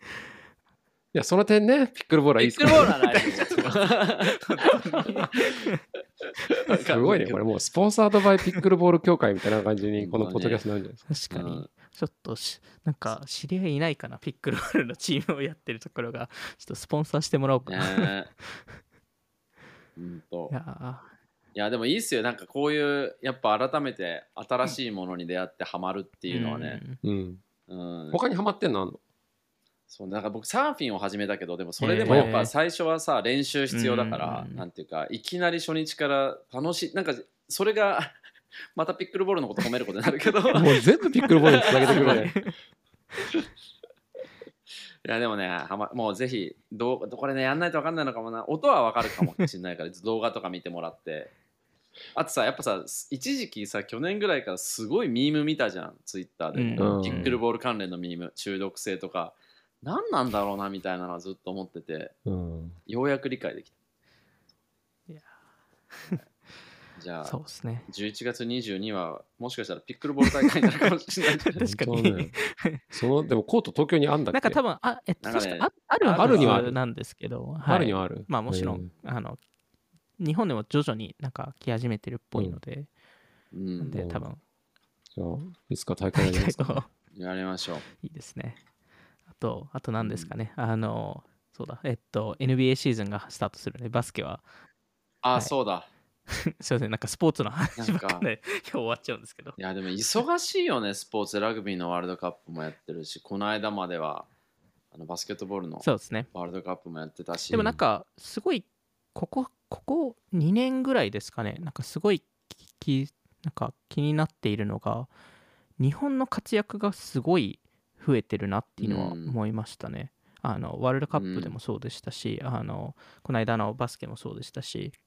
Speaker 3: や、その点ね、ピックルボールはいい
Speaker 2: ピ
Speaker 3: で
Speaker 2: ッ
Speaker 3: す
Speaker 2: ク
Speaker 3: か
Speaker 2: ル
Speaker 3: ら
Speaker 2: ボー
Speaker 3: ね
Speaker 2: ルはないです
Speaker 3: すごいね、これもうスポンサードバイピックルボール協会みたいな感じに、このポッドキャストになるんじゃないですか。
Speaker 1: 確か
Speaker 2: う
Speaker 1: に
Speaker 2: ん。
Speaker 1: ちょっとし、なんか、知り合いいないかな、ピックルボールのチームをやってるところが、ちょっとスポンサーしてもらおうかな。
Speaker 2: ねうんと
Speaker 1: いやー
Speaker 2: いやでもいいっすよなんかこういうやっぱ改めて新しいものに出会ってハマるっていうのはね、
Speaker 1: ん
Speaker 3: うん。
Speaker 2: うん、
Speaker 3: 他にハマってんのあんの
Speaker 2: そうなんか僕サーフィンを始めたけどでもそれでもやっ
Speaker 1: へ
Speaker 2: ぱ
Speaker 1: ー
Speaker 2: 最初はさ練習必要だから、
Speaker 1: うん
Speaker 2: なんていうかいきなり初日から楽しいなんかそれが またピックルボールのこと褒めることになる けどい
Speaker 3: もう全部ピックルボールにつなげてくるね。
Speaker 2: やでもねはまもうぜひどうこれねやんないと分かんないのかもな音は分かるかもしれないから 動画とか見てもらってあとさやっぱさ一時期さ去年ぐらいからすごいミーム見たじゃんツイッターで、
Speaker 1: うん
Speaker 3: うん
Speaker 2: ピックルボール関連のミーム中毒性とか何なんだろうなみたいなのはずっと思ってて
Speaker 3: うん。
Speaker 2: ようやく理解できた
Speaker 1: いや
Speaker 2: じゃ あ
Speaker 1: そうですね。
Speaker 2: 11月22はもしかしたらピックルボール大会になるかもしれな い
Speaker 1: 確か
Speaker 3: 本
Speaker 1: に
Speaker 3: 当ねその、でもコート東京にあんだっけ
Speaker 1: なんか多分、あ、えっと、
Speaker 2: なんか
Speaker 1: 確
Speaker 2: ね
Speaker 1: かああるはず
Speaker 2: あるに
Speaker 3: はある
Speaker 1: なんですけど、はい
Speaker 3: あるにはある。
Speaker 1: まあもちろ、
Speaker 3: うん
Speaker 1: あの、日本でも徐々になんか来始めてるっぽいので、
Speaker 2: う
Speaker 1: なん
Speaker 2: ん
Speaker 1: で多分、
Speaker 3: じゃあ、いつか大会
Speaker 1: 大
Speaker 3: やりま
Speaker 1: 会
Speaker 3: すか。
Speaker 1: と
Speaker 2: やりましょう
Speaker 1: いいですね。あと、あと何ですかね、あの、そうだ、えっと、NBA シーズンがスタートするね、バスケは、
Speaker 2: あ、
Speaker 1: はい
Speaker 2: そうだ
Speaker 1: すいません、なんかスポーツの話ばっかりで、今日終わっちゃうんですけど、
Speaker 2: いやでも忙しいよねスポーツラグビーのワールドカップもやってるしこの間まではあのバスケットボールの
Speaker 1: そうですね。
Speaker 2: ワールドカップもやってたし
Speaker 1: でもなんかすごいここここ2年ぐらいですかねなんかすごいききなんか気になっているのが日本の活躍がすごい増えてるなっていうのは
Speaker 2: うん
Speaker 1: 思いましたね。あのワールドカップでもそうでしたし、あのこの間のバスケもそうでしたし、
Speaker 2: うん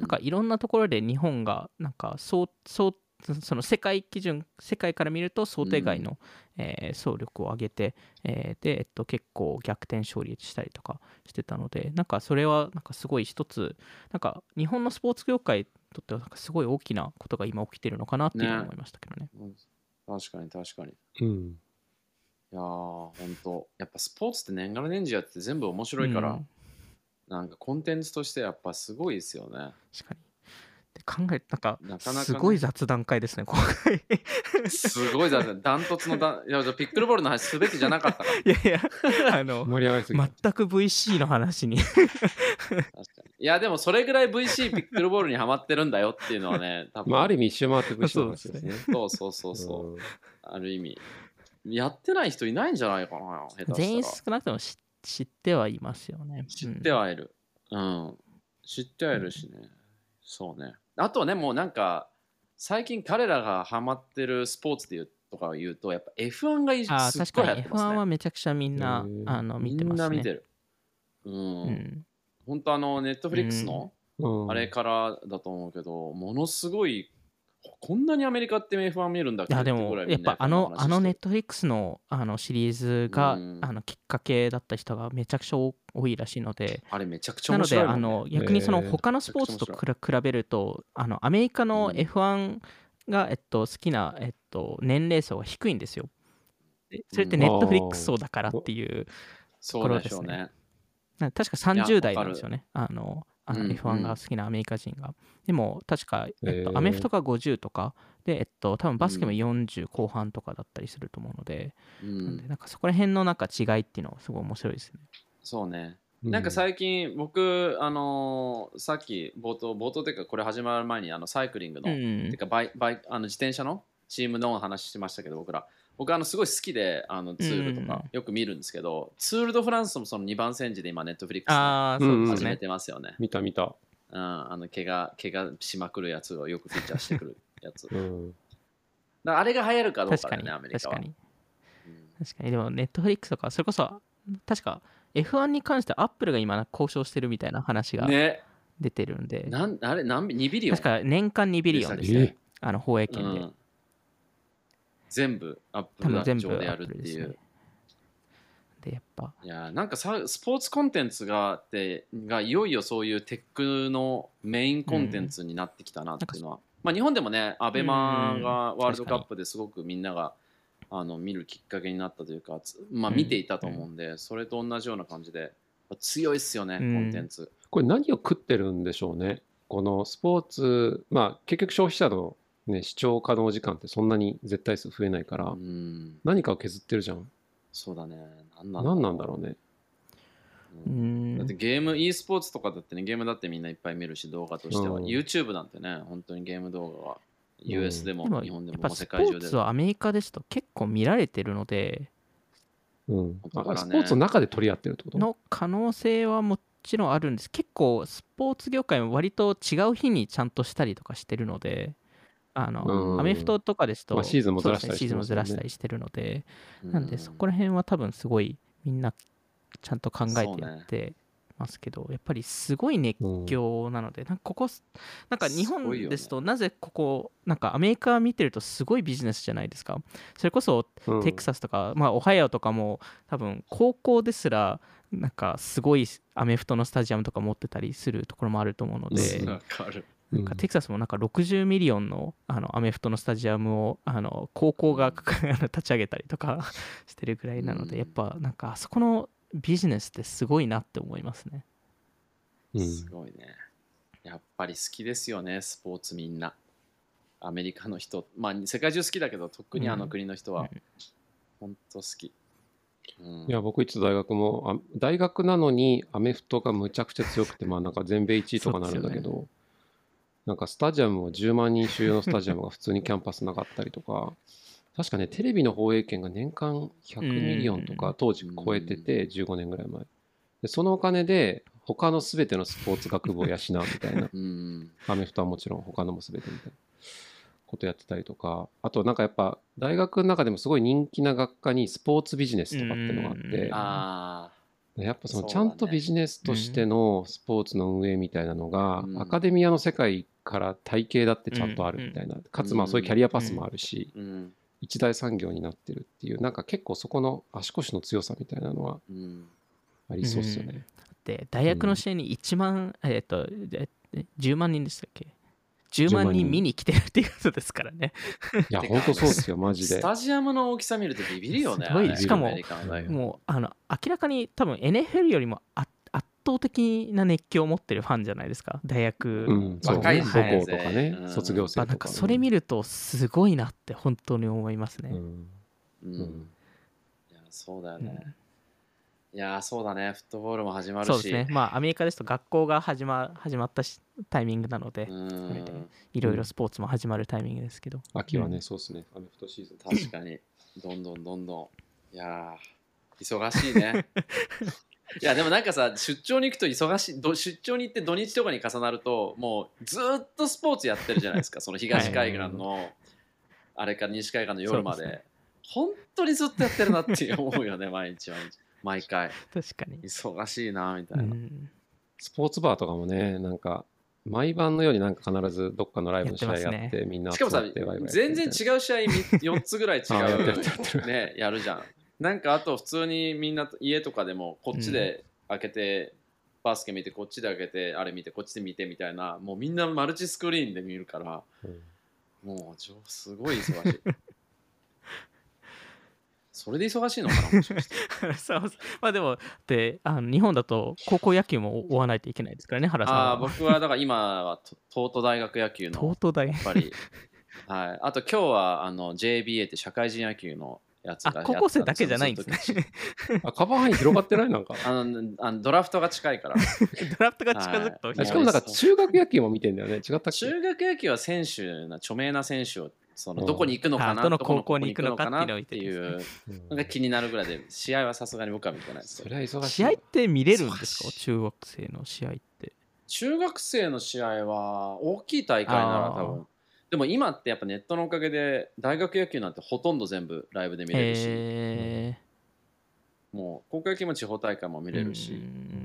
Speaker 1: なんかいろんなところで日本がなんかそうそうそその世界基準世界から見ると想定外の、えー総力を上げて、えーで、えっと、結構逆転勝利したりとかしてたのでなんかそれはなんかすごい一つなんか日本のスポーツ業界にとってはなんかすごい大きなことが今起きてるのかなっていうのは
Speaker 2: ね
Speaker 1: 思いましたけどね。
Speaker 2: うん確かに確かに。い
Speaker 3: うん。
Speaker 2: やー、ほんと。やっぱスポーツって年がら年中やってて全部面白いから、
Speaker 1: うん
Speaker 2: なんかコンテンツとしてやっぱすごいですよね。
Speaker 1: 確かにで考えなんか
Speaker 2: なかなかね
Speaker 1: すごい雑談会ですね今回
Speaker 2: すごいだね。ダントツのだ、いや、じゃあピックルボールの話すべきじゃなかったな。
Speaker 1: いやいやあ の
Speaker 3: 盛り上がりすぎた。
Speaker 1: 全く VC の話に
Speaker 2: 確かにいや、でもそれぐらい VC ピックルボールにはまってるんだよっていうの はね、多分
Speaker 3: まあ、ある意味一周回ってくる人の話ですね。
Speaker 2: そうそうそうそう。
Speaker 3: ん
Speaker 2: ある意味。やってない人いないんじゃないかな。下手したら
Speaker 1: 全員少なくとも知知ってはいますよね
Speaker 2: 知ってはいる。うん。知ってはいるしね。そうね。あとはね、もうなんか、最近彼らがハマってるスポーツで言うとか言うと、やっぱ F1 がい
Speaker 1: あー
Speaker 2: すっ
Speaker 1: 確
Speaker 2: ごいや
Speaker 1: かに
Speaker 2: って
Speaker 1: F1
Speaker 2: ますね
Speaker 1: は。めちゃくちゃみんな
Speaker 3: へー
Speaker 1: あの見て
Speaker 2: み
Speaker 1: ま
Speaker 2: ん
Speaker 1: すね。
Speaker 2: な見てる。うん。
Speaker 1: うん、
Speaker 2: 本当あの、ネットフリックスの、
Speaker 3: うん
Speaker 2: あれからだと思うけど、ものすごい、こんなにアメリカって F1 見るんだっ
Speaker 1: い
Speaker 2: け
Speaker 1: やで
Speaker 2: てぐ
Speaker 1: も
Speaker 2: らい
Speaker 1: や
Speaker 2: み
Speaker 1: っ
Speaker 2: んな
Speaker 1: ぱあの
Speaker 2: F1 話
Speaker 1: あのネ
Speaker 2: して
Speaker 1: ッ
Speaker 2: る
Speaker 1: トフリックスのあのシリーズが、
Speaker 2: うん
Speaker 1: あのきっかけだった人がめちゃくちゃ多多いらしいので。
Speaker 2: あれめちゃくち
Speaker 1: な
Speaker 2: ゃ面
Speaker 1: ので、
Speaker 2: 白いも
Speaker 1: あ
Speaker 2: んね、
Speaker 1: の逆にその
Speaker 3: へー
Speaker 1: 他のスポーツと
Speaker 2: めちゃく
Speaker 1: くら比べるとあのアメリカの
Speaker 2: うん
Speaker 1: F1 が、えっと、好きな、えっと、年齢層が低いんですよ。でそれって
Speaker 2: うん
Speaker 1: ネットフリックス層だからっていう、
Speaker 2: そうでしょう
Speaker 1: ところ
Speaker 2: ね。
Speaker 1: なんか確か
Speaker 2: いや
Speaker 1: 30代なんですよね。あの、あの
Speaker 2: うん
Speaker 1: F1 が好きなアメリカ人が。でも、確か、えっ
Speaker 3: へ
Speaker 1: と、
Speaker 3: ー
Speaker 1: アメフトが50とか、で、えっと、多分バスケも
Speaker 2: うん
Speaker 1: 40後半とかだったりすると思うので、
Speaker 2: う
Speaker 1: なんで、
Speaker 2: ん、
Speaker 1: なんかそこら辺のなんか違いっていうのはすごい面白いですね。
Speaker 2: そうね。
Speaker 3: う
Speaker 2: なんか最近僕、あのーさっき冒頭、冒頭っていうかこれ始まる前にあのサイクリング
Speaker 1: う
Speaker 2: の、て
Speaker 1: ん。
Speaker 2: かバイバイあの自転車のチームのお話しましたけど僕ら。僕あのすごい好きであのツールと
Speaker 1: うんうん
Speaker 2: か
Speaker 1: うん
Speaker 2: よく見るんですけど、ツール・ド・フランスもその2番戦時で今ネットフリックスで
Speaker 1: ああ、そうで
Speaker 2: 始
Speaker 1: す
Speaker 2: め
Speaker 1: ね。
Speaker 2: てますよね。
Speaker 3: 見た見た。
Speaker 2: うん、あの怪我怪我しまくるやつをよくフィーチャーしてくるやつ。 だか
Speaker 3: うん。
Speaker 2: らあれが流行るかどう
Speaker 1: 確
Speaker 2: か
Speaker 1: か
Speaker 2: だ
Speaker 1: に、
Speaker 2: よね、アメリ
Speaker 1: 確
Speaker 2: カ
Speaker 1: か
Speaker 2: は。
Speaker 1: に。
Speaker 2: うん
Speaker 1: 確かに。でも、ネットフリックスとか、それこそ、確か、F1 に関してアップルが今交渉してるみたいな話が
Speaker 2: ね、
Speaker 1: 出てるんで、
Speaker 2: なんあれ何ビ2ビリオン
Speaker 1: 確か年間2ビリオン
Speaker 3: え
Speaker 1: ですよ、
Speaker 3: ー
Speaker 1: あの放映
Speaker 2: う
Speaker 1: 権で。
Speaker 2: ん、全部アップ
Speaker 1: 多
Speaker 2: ル
Speaker 1: 分
Speaker 2: が
Speaker 1: 全部
Speaker 2: 上
Speaker 1: ア
Speaker 2: でや
Speaker 1: ッ
Speaker 2: る
Speaker 1: プル
Speaker 2: っ
Speaker 1: で
Speaker 2: て
Speaker 1: す
Speaker 2: いう、
Speaker 1: ね。で、やっぱ、
Speaker 2: いやーなんかさスポーツコンテンツがあってがいよいよそういうテックのメインコンテンツになってきたなっていうのは、まあ、日本でもねアベマがワールドカップですごくみんながあの見るきっかけになったというか、つまあ、
Speaker 1: うん
Speaker 2: 見ていたと思うんで、それと同じような感じで強いっすよね、
Speaker 1: うん
Speaker 2: コンテンツ
Speaker 3: これ何を食ってるんでしょうね。このスポーツ、まあ結局消費者の、ね、視聴可能時間ってそんなに絶対数増えないから、
Speaker 2: うん
Speaker 3: 何かを削ってるじゃん。
Speaker 2: そうだねなんなんだろう
Speaker 3: 何なんだろうね。
Speaker 1: うー
Speaker 2: だっ
Speaker 1: ん
Speaker 2: て、ゲーム e スポーツとかだってねゲームだってみんないっぱい見るし動画としては、
Speaker 3: うん
Speaker 2: YouTube なんてね本当にゲーム動画は US で
Speaker 1: でも、
Speaker 2: も日
Speaker 1: や
Speaker 2: 本で
Speaker 1: っ
Speaker 2: も
Speaker 1: ぱ
Speaker 2: もう
Speaker 1: ス
Speaker 2: 世
Speaker 1: ポ
Speaker 2: 界中
Speaker 1: ー
Speaker 2: で
Speaker 1: ツはアメリカですと結構見られてるので、
Speaker 3: うん
Speaker 2: だから
Speaker 3: あ
Speaker 2: ね
Speaker 3: スポーツの中で取り合ってるってこと
Speaker 1: の可能性はもちろんあるんです。結構、スポーツ業界も割と違う日にちゃんとしたりとかしてるので、あ
Speaker 3: う
Speaker 1: の
Speaker 3: ん
Speaker 1: アメフトとかですと、
Speaker 3: まあシーズンもずらした
Speaker 1: そうですね
Speaker 3: り
Speaker 1: シーズンもずらし
Speaker 3: し
Speaker 1: た
Speaker 3: てますもんね
Speaker 1: りしてるので、
Speaker 2: う
Speaker 1: なんでそこら辺は多分すごいみんなちゃんと考えてやってますけど、やっぱりすごい熱
Speaker 3: うん
Speaker 1: 狂なので、なんかここなんか日
Speaker 2: すごい
Speaker 1: 本
Speaker 2: よね
Speaker 1: ですとなぜここなんかアメリカ見てるとすごいビジネスじゃないですかそれこそ
Speaker 3: うん
Speaker 1: テキサスとか、まあオハイオとかも多分高校ですらなんかすごいアメフトのスタジアムとか持ってたりするところもあると思うので、
Speaker 3: うん
Speaker 2: わかる
Speaker 1: なんかテキサスもなんか60ミリオンのあのアメフトのスタジアムをあの高校が 立ち上げたりとか してるぐらいなので、
Speaker 2: うん
Speaker 1: やっぱなんかあそこのビジネスってすごいなって思いますね。
Speaker 3: うん
Speaker 2: すごいねやっぱり好きですよねスポーツみんなアメリカの人まあ世界中好きだけど特にあの国の人
Speaker 1: う
Speaker 2: は
Speaker 1: ん
Speaker 2: 本当好き、うん
Speaker 3: いや僕いつ大学もあ大学なのにアメフトがむちゃくちゃ強くてまあなんか全米1位とかなるん だけど、なんかスタジアムも10万人収容のスタジアムが普通にキャンパスなかったりとか 確かねテレビの放映権が年間100ミリオンと
Speaker 1: う
Speaker 3: か当時超えてて15年ぐらい前でそのお金で他の全てのスポーツ学部を養うみた いな
Speaker 2: うん
Speaker 3: アメフトはもちろん他のも全てみたいなことやってたりとかあとなんかやっぱ大学の中でもすごい人気な学科にスポーツビジネスとかっていうのがあっ
Speaker 1: うん
Speaker 3: て
Speaker 2: ああ
Speaker 3: やっぱその
Speaker 2: そう
Speaker 3: ち
Speaker 2: だ
Speaker 3: ゃ
Speaker 2: ね
Speaker 3: んとビジネスとしてのスポーツの運営みたいなのが
Speaker 2: うん
Speaker 3: アカデミアの世界から体系だってちゃんとあるみたいな、かつまあそういうキャリアパスもあるし、
Speaker 2: うん
Speaker 3: 一大産業になってるっていうなんか結構そこの足腰の強さみたいなのは
Speaker 2: うん
Speaker 3: ありそうっすよね、
Speaker 1: で大学の試合に1万、えっとええ10万人でしたっけ10万人見に来てるっていうことですからね。
Speaker 3: いや
Speaker 2: てか
Speaker 3: 本当そうですよマ ジ
Speaker 2: ス
Speaker 3: で
Speaker 2: タジアムの大きさ見るとビビるよね。
Speaker 1: すごい
Speaker 2: あれ
Speaker 3: しか
Speaker 1: も
Speaker 2: アメリカの大学
Speaker 1: もうあの明らかに多分 NFL よりもあ圧倒的な熱狂を持ってるファンじゃないですか大学、
Speaker 3: うんそう
Speaker 1: 若い
Speaker 3: ね
Speaker 1: で
Speaker 3: 母
Speaker 1: すね
Speaker 3: 校とかね、
Speaker 2: うん
Speaker 3: 卒業生
Speaker 1: まあ
Speaker 3: とか
Speaker 1: なんかそれ見るとすごいなって本当に思いますね。
Speaker 3: うん
Speaker 2: う
Speaker 3: うんん
Speaker 2: いやそうだよ
Speaker 1: うん
Speaker 2: ね。いやそうだね。フットボールも始まる
Speaker 1: そうで
Speaker 2: し。
Speaker 1: すねまあアメリカですと学校が始ま始まったしタイミングなので、
Speaker 2: うん
Speaker 1: それでいろいろスポーツも始まるタイミングですけど、
Speaker 3: 秋はね、そうですねアメフトシーズン
Speaker 2: 確かに。どんどんどんどん。いやー忙しい ね。いやでもなんかさ出張に行くと忙しいど出張に行って土日とかに重なるともうずーっとスポーツやってるじゃないですかその東海岸のあれから西海岸の夜まで
Speaker 1: そうです
Speaker 2: 本当にずっとやってるなって思うよね 毎日毎日毎回
Speaker 1: 確かに、
Speaker 2: 忙しいなみたいうな、
Speaker 1: ん、
Speaker 3: スポーツバーとかもねなんか毎晩のようになんか必ずどっかのライブの試合
Speaker 1: や
Speaker 3: や
Speaker 1: っ
Speaker 3: ってて
Speaker 1: ます
Speaker 3: みんな
Speaker 2: しかもさ
Speaker 3: 集まってワイワイやって
Speaker 2: 全
Speaker 3: みたい
Speaker 2: 然
Speaker 3: な
Speaker 2: 違う試合4つぐらい違
Speaker 3: あやってるや
Speaker 2: う
Speaker 3: ってるやっ てる
Speaker 2: ねやるじゃんなんかあと普通にみんな家とかでもこっちで開けて、バスケ見てこっちで開けてあれ見てこっちで見てみたいなもうみんなマルチスクリーンで見るから
Speaker 3: うん
Speaker 2: もうちょすごい忙しい それで忙しいのかなもしかして
Speaker 1: そうそうまあでもであの日本だと高校野球も追わないといけないですからね原さん
Speaker 2: ああ
Speaker 1: は
Speaker 2: 僕はだから今はと東都大学野球の
Speaker 1: 東都大
Speaker 2: やっぱり、はい、あと今日はあの JBA って社会人野球のやつが
Speaker 1: あ高校生だけじゃないんですね
Speaker 2: ね
Speaker 3: あカバー範囲広がってないなんか
Speaker 2: あのあのドラフトが近いから
Speaker 1: ドラフトが近づくと、
Speaker 2: はい
Speaker 3: あしかもなんか中学野球も見てんだよね違ったっけ
Speaker 2: 中学野球は選手な著名な選手をその
Speaker 3: うん
Speaker 2: どこに行くのか
Speaker 1: あ
Speaker 2: な
Speaker 1: どの
Speaker 2: どこ
Speaker 1: 高校に行くのか
Speaker 2: なって
Speaker 1: ってい
Speaker 2: いう
Speaker 1: のを言
Speaker 2: う
Speaker 3: うん
Speaker 2: のが気になるぐらいで試合はさすがに僕は見てないです
Speaker 3: そりゃ忙しいわ
Speaker 1: 試合って見れるんです
Speaker 2: 忙
Speaker 1: か
Speaker 2: しい
Speaker 1: 中学生の試合って。
Speaker 2: 中学生の試合は大きい大会なら多
Speaker 1: あー
Speaker 2: 分でも今ってやっぱネットのおかげで大学野球なんてほとんど全部ライブで見れるし
Speaker 1: へ
Speaker 2: もう高校野球も地方大会も見
Speaker 1: ー
Speaker 2: れるし、
Speaker 1: うん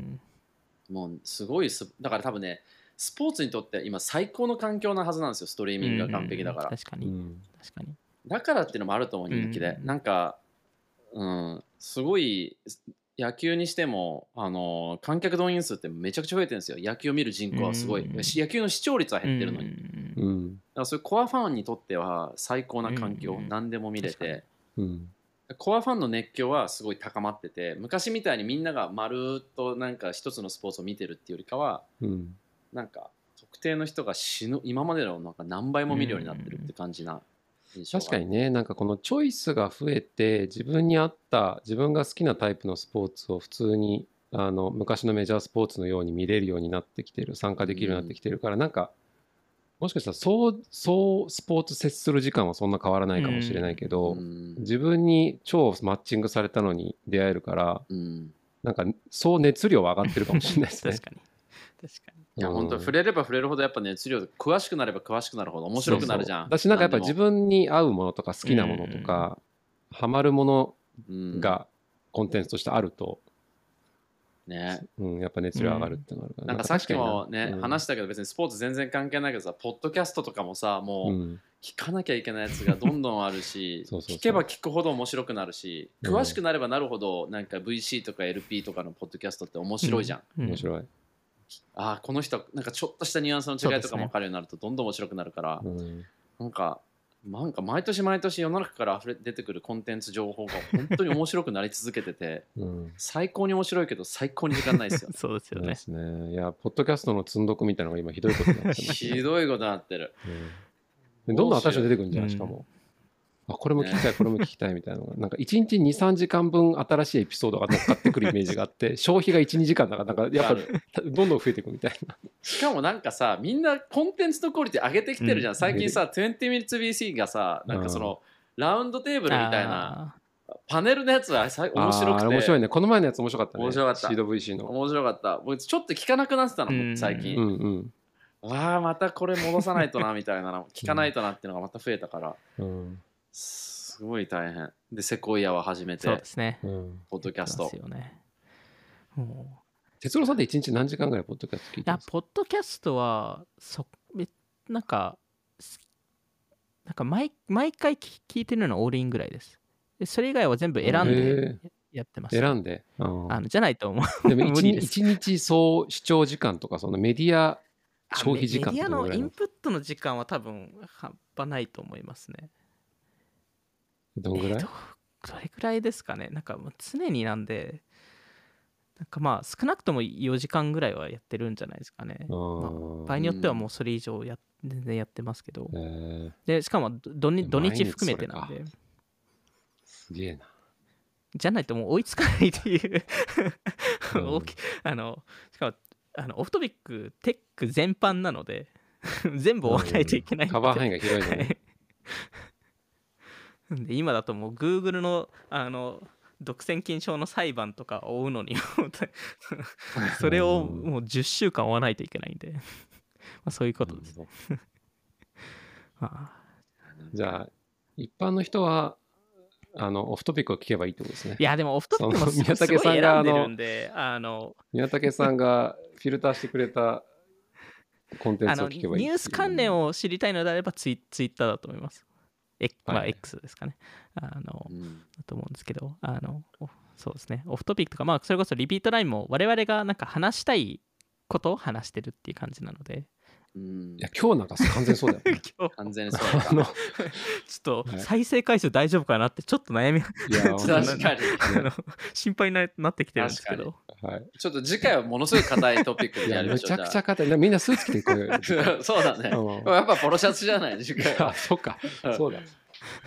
Speaker 2: もうすごいすだから多分ねスポーツにとって今最高の環境なはずなんですよストリーミングが完璧だから、
Speaker 1: うん確か
Speaker 3: う
Speaker 1: に、
Speaker 3: ん
Speaker 1: 確かに。
Speaker 2: だからっていうのもあると思う人気で、
Speaker 1: うん
Speaker 2: なんか、うん、すごい野球にしてもあの観客動員数ってめちゃくちゃ増えてるんですよ野球を見る人口はすごい、
Speaker 1: うん
Speaker 2: し野球の視聴率は減ってるのに、だ
Speaker 1: に。
Speaker 3: うん
Speaker 2: からそういうコアファンにとっては最高な環境、
Speaker 1: うん
Speaker 2: 何でも見れて
Speaker 3: うん
Speaker 2: コアファンの熱狂はすごい高まってて昔みたいにみんながまるっとなんか一つのスポーツを見てるっていうよりかは
Speaker 3: うん
Speaker 2: なんか特定の人が死ぬ今までのなんか何倍も見るようになってるって感じな印象が
Speaker 3: 確かにねなんかこのチョイスが増えて自分に合った自分が好きなタイプのスポーツを普通にあの昔のメジャースポーツのように見れるようになってきてる参加できるようになってきてるから、なんかもしかしたらそうそうスポーツ接する時間はそんな変わらないかもしれないけど、
Speaker 2: うん
Speaker 3: 自分に超マッチングされたのに出会えるから
Speaker 2: うん
Speaker 3: なんかそう熱量は上がってるかもしれない ですね
Speaker 1: 確。かに。確かに。
Speaker 2: いや、
Speaker 3: うん
Speaker 2: 本当触れれば触れるほどやっぱ熱量詳しくなれば詳しくなるほど面白くなるじゃん。
Speaker 3: そうそうだしなんかやっぱ自
Speaker 2: 何で
Speaker 3: 分に合うものとか好きなものとか、ハマるもの
Speaker 2: もうん
Speaker 3: がコンテンツとしてあると、
Speaker 2: ね、
Speaker 3: うん、やっぱ熱量上がるってのがあるから、
Speaker 2: なんかさっきもね、話
Speaker 3: し
Speaker 2: したけど別にスポーツ全然関係ないけどさポッドキャストとかもさ
Speaker 3: た
Speaker 2: もう聞かなきゃいけないやつがどんどんあるし
Speaker 3: そうそうそう
Speaker 2: 聞けば聞くほど面白くなるし
Speaker 3: うん
Speaker 2: 詳しくなればなるほどなんか VC とか LP とかのポッドキャストって面白いじゃん。
Speaker 1: う。
Speaker 3: 面白い、
Speaker 2: ああこの人なんかちょっとしたニュアンスの違いとかも分かるようになるとどんどん面白くなるから、
Speaker 3: うん
Speaker 2: なんかなんか毎年毎年世の中から溢れ出てくるコンテンツ情報が本当に面白くなり続けてて
Speaker 3: うん
Speaker 2: 最高に面白いけど最高に時間ないですよ
Speaker 1: そうです
Speaker 3: そ
Speaker 1: よ
Speaker 3: うで
Speaker 1: ね。
Speaker 3: すねいやポッドキャストの積んどくみたいなのが今ひどいことになってます、
Speaker 2: ひどいことになってる
Speaker 3: うんでどんどん新しいの出てくるんじゃない
Speaker 1: 面白い
Speaker 3: しかも、あこれも聞きたいこれも聞きたいみたいなのがなんか1日23時間分新しいエピソードが乗っかってくるイメージがあって 消費が12時間だからなんかやっぱどんどん増えていくみたいな
Speaker 2: しかもなんかさみんなコンテンツのクオリティ上げてきてるじゃん、
Speaker 1: うん
Speaker 2: 最近さ20 minutes BC がさなんかその、ラウンドテーブルみたいな
Speaker 1: あ
Speaker 2: パネルのやつはさ面白
Speaker 3: あ
Speaker 2: く
Speaker 3: ーあ
Speaker 2: て
Speaker 3: れ 面白いねこの前のやつ面白かったね
Speaker 2: 面白かった
Speaker 3: CWC の
Speaker 2: 面白かった僕ちょっと聞かなくなってたの、
Speaker 1: うん
Speaker 2: 最近、
Speaker 3: うんうん
Speaker 2: わあまたこれ戻さないとなみたいなの聞かないとなっていうのがまた増えたから
Speaker 3: うん
Speaker 2: すごい大変でセコイアは始め
Speaker 1: ー。そう
Speaker 2: て
Speaker 1: ですね。
Speaker 3: うん
Speaker 2: ポッドキャス
Speaker 1: そう
Speaker 2: ト
Speaker 1: ですよね。も
Speaker 3: 哲郎さんって一日何時間ぐらいポッドキャスト聞いう
Speaker 1: い
Speaker 3: て
Speaker 1: や
Speaker 3: ます、か
Speaker 1: ポッドキャストは、そめなんかすなんか毎毎回聞聞いてるのはオールインぐらいですでそれ以外は全部選んでやってます、
Speaker 3: 選んで。うん
Speaker 1: あのじゃないと思う
Speaker 3: でも
Speaker 1: 無
Speaker 3: 一
Speaker 1: 理
Speaker 3: 日
Speaker 1: です
Speaker 3: 一日総視聴時間とか、そのメディア
Speaker 1: あ
Speaker 3: 消費時間
Speaker 1: メメディア
Speaker 3: どの
Speaker 1: の
Speaker 3: ぐらい
Speaker 1: イン
Speaker 3: なの
Speaker 1: プットの時間は多分半端ないと思いますね
Speaker 3: どんぐら
Speaker 1: えー
Speaker 3: い
Speaker 1: どどれくらいですかねなんかもう常になんでなんかまあ少なくとも4時間ぐらいはやってるんじゃないですかねまあ場合によってはもうそれ以上やっ全然やってますけど
Speaker 3: うんえー
Speaker 1: でしかもど土日土
Speaker 3: 毎日
Speaker 1: 日含めてなん
Speaker 3: そ
Speaker 1: です
Speaker 3: げえな。
Speaker 1: じゃないともう追いつかないっていう
Speaker 3: うん
Speaker 1: 大き あのしかもあのオフトピックテック全般なので 全部追わないといけない
Speaker 3: カバー範
Speaker 1: 囲
Speaker 3: 囲が広いのね。
Speaker 1: で今だともう Google のあの独占禁止法の裁判とかを追うのに本当に それを
Speaker 3: うん
Speaker 1: もう10週間追わないといけないんで まあそういうことです、
Speaker 3: なるほ
Speaker 1: まあ
Speaker 3: どじゃあ、一般の人は、あの、オフトピックを聞けばいいってことですね
Speaker 1: い。やでもオフトピックも
Speaker 3: その
Speaker 1: すごい
Speaker 3: 宮
Speaker 1: すご
Speaker 3: 武
Speaker 1: い
Speaker 3: さん
Speaker 1: 選
Speaker 3: が
Speaker 1: んでるんであの
Speaker 3: 宮武さんがフィルターしてくれたコンテン
Speaker 1: あ
Speaker 3: ツ
Speaker 1: の
Speaker 3: を
Speaker 1: ニ
Speaker 3: 聞けばいいっていう
Speaker 1: ュース関連を知りたいのであればツイツイッターだと思います。えま
Speaker 3: は
Speaker 1: あ、
Speaker 3: い
Speaker 1: X ですかね。あの
Speaker 2: うん
Speaker 1: だと思うんですけどあのおそうですねオフトピックとか、まあ、それこそリピートラインも我々がなんか話したいことを話してるっていう感じなので
Speaker 2: うん
Speaker 3: いや、今日なんか完全そうだよ ね。
Speaker 1: 今日
Speaker 2: 完全にそうだ
Speaker 3: あの、
Speaker 1: ちょっと
Speaker 3: はい
Speaker 1: 再生回数大丈夫かなってちょっと悩み、
Speaker 3: いや、
Speaker 1: ょっと
Speaker 3: 本
Speaker 2: 確かに
Speaker 1: あの心配にななってきてるんですけど
Speaker 3: 当にはい。
Speaker 2: ちょっと次回はものすごい硬いトピック
Speaker 3: い
Speaker 2: でや
Speaker 3: や、
Speaker 2: りま
Speaker 3: め
Speaker 2: しょう
Speaker 3: ちゃくちゃ硬い。みんなスーツ着ていくよ。
Speaker 2: じゃあ そうだね
Speaker 3: うん
Speaker 2: やっぱポロシャツじゃない次回
Speaker 3: あ、
Speaker 2: は
Speaker 3: そっか。
Speaker 2: うん
Speaker 3: そうだ。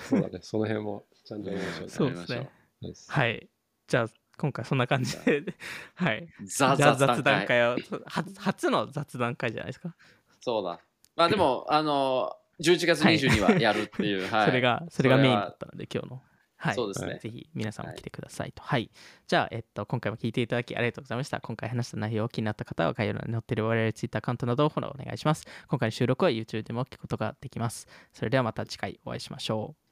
Speaker 3: そうだね。その辺もちゃんとやりましょう。
Speaker 1: そうです
Speaker 2: やり
Speaker 1: ね
Speaker 3: です
Speaker 1: はいじゃあ今回そんな感じで はい
Speaker 2: ザ
Speaker 1: じゃあ
Speaker 2: ザ
Speaker 1: 雑談
Speaker 2: 雑談会
Speaker 1: 会を初初の雑談会じゃないですか
Speaker 2: そうだまあでもあの11月22日はやるっていうはい
Speaker 1: それが、それが
Speaker 2: そ
Speaker 1: メ
Speaker 2: れ
Speaker 1: イン
Speaker 2: は
Speaker 1: だったので、今日の。はい、
Speaker 2: そうですね
Speaker 1: ぜひ皆さんも来てくださいと。はい、じゃあ、えっと、今回も聞いていただきありがとうございました。今回話した内容を気になった方は、概要欄に載っている我々 Twitter アカウントなどをフォローお願いします。今回の収録は YouTube でも聞くことができます。それではまた次回お会いしましょう。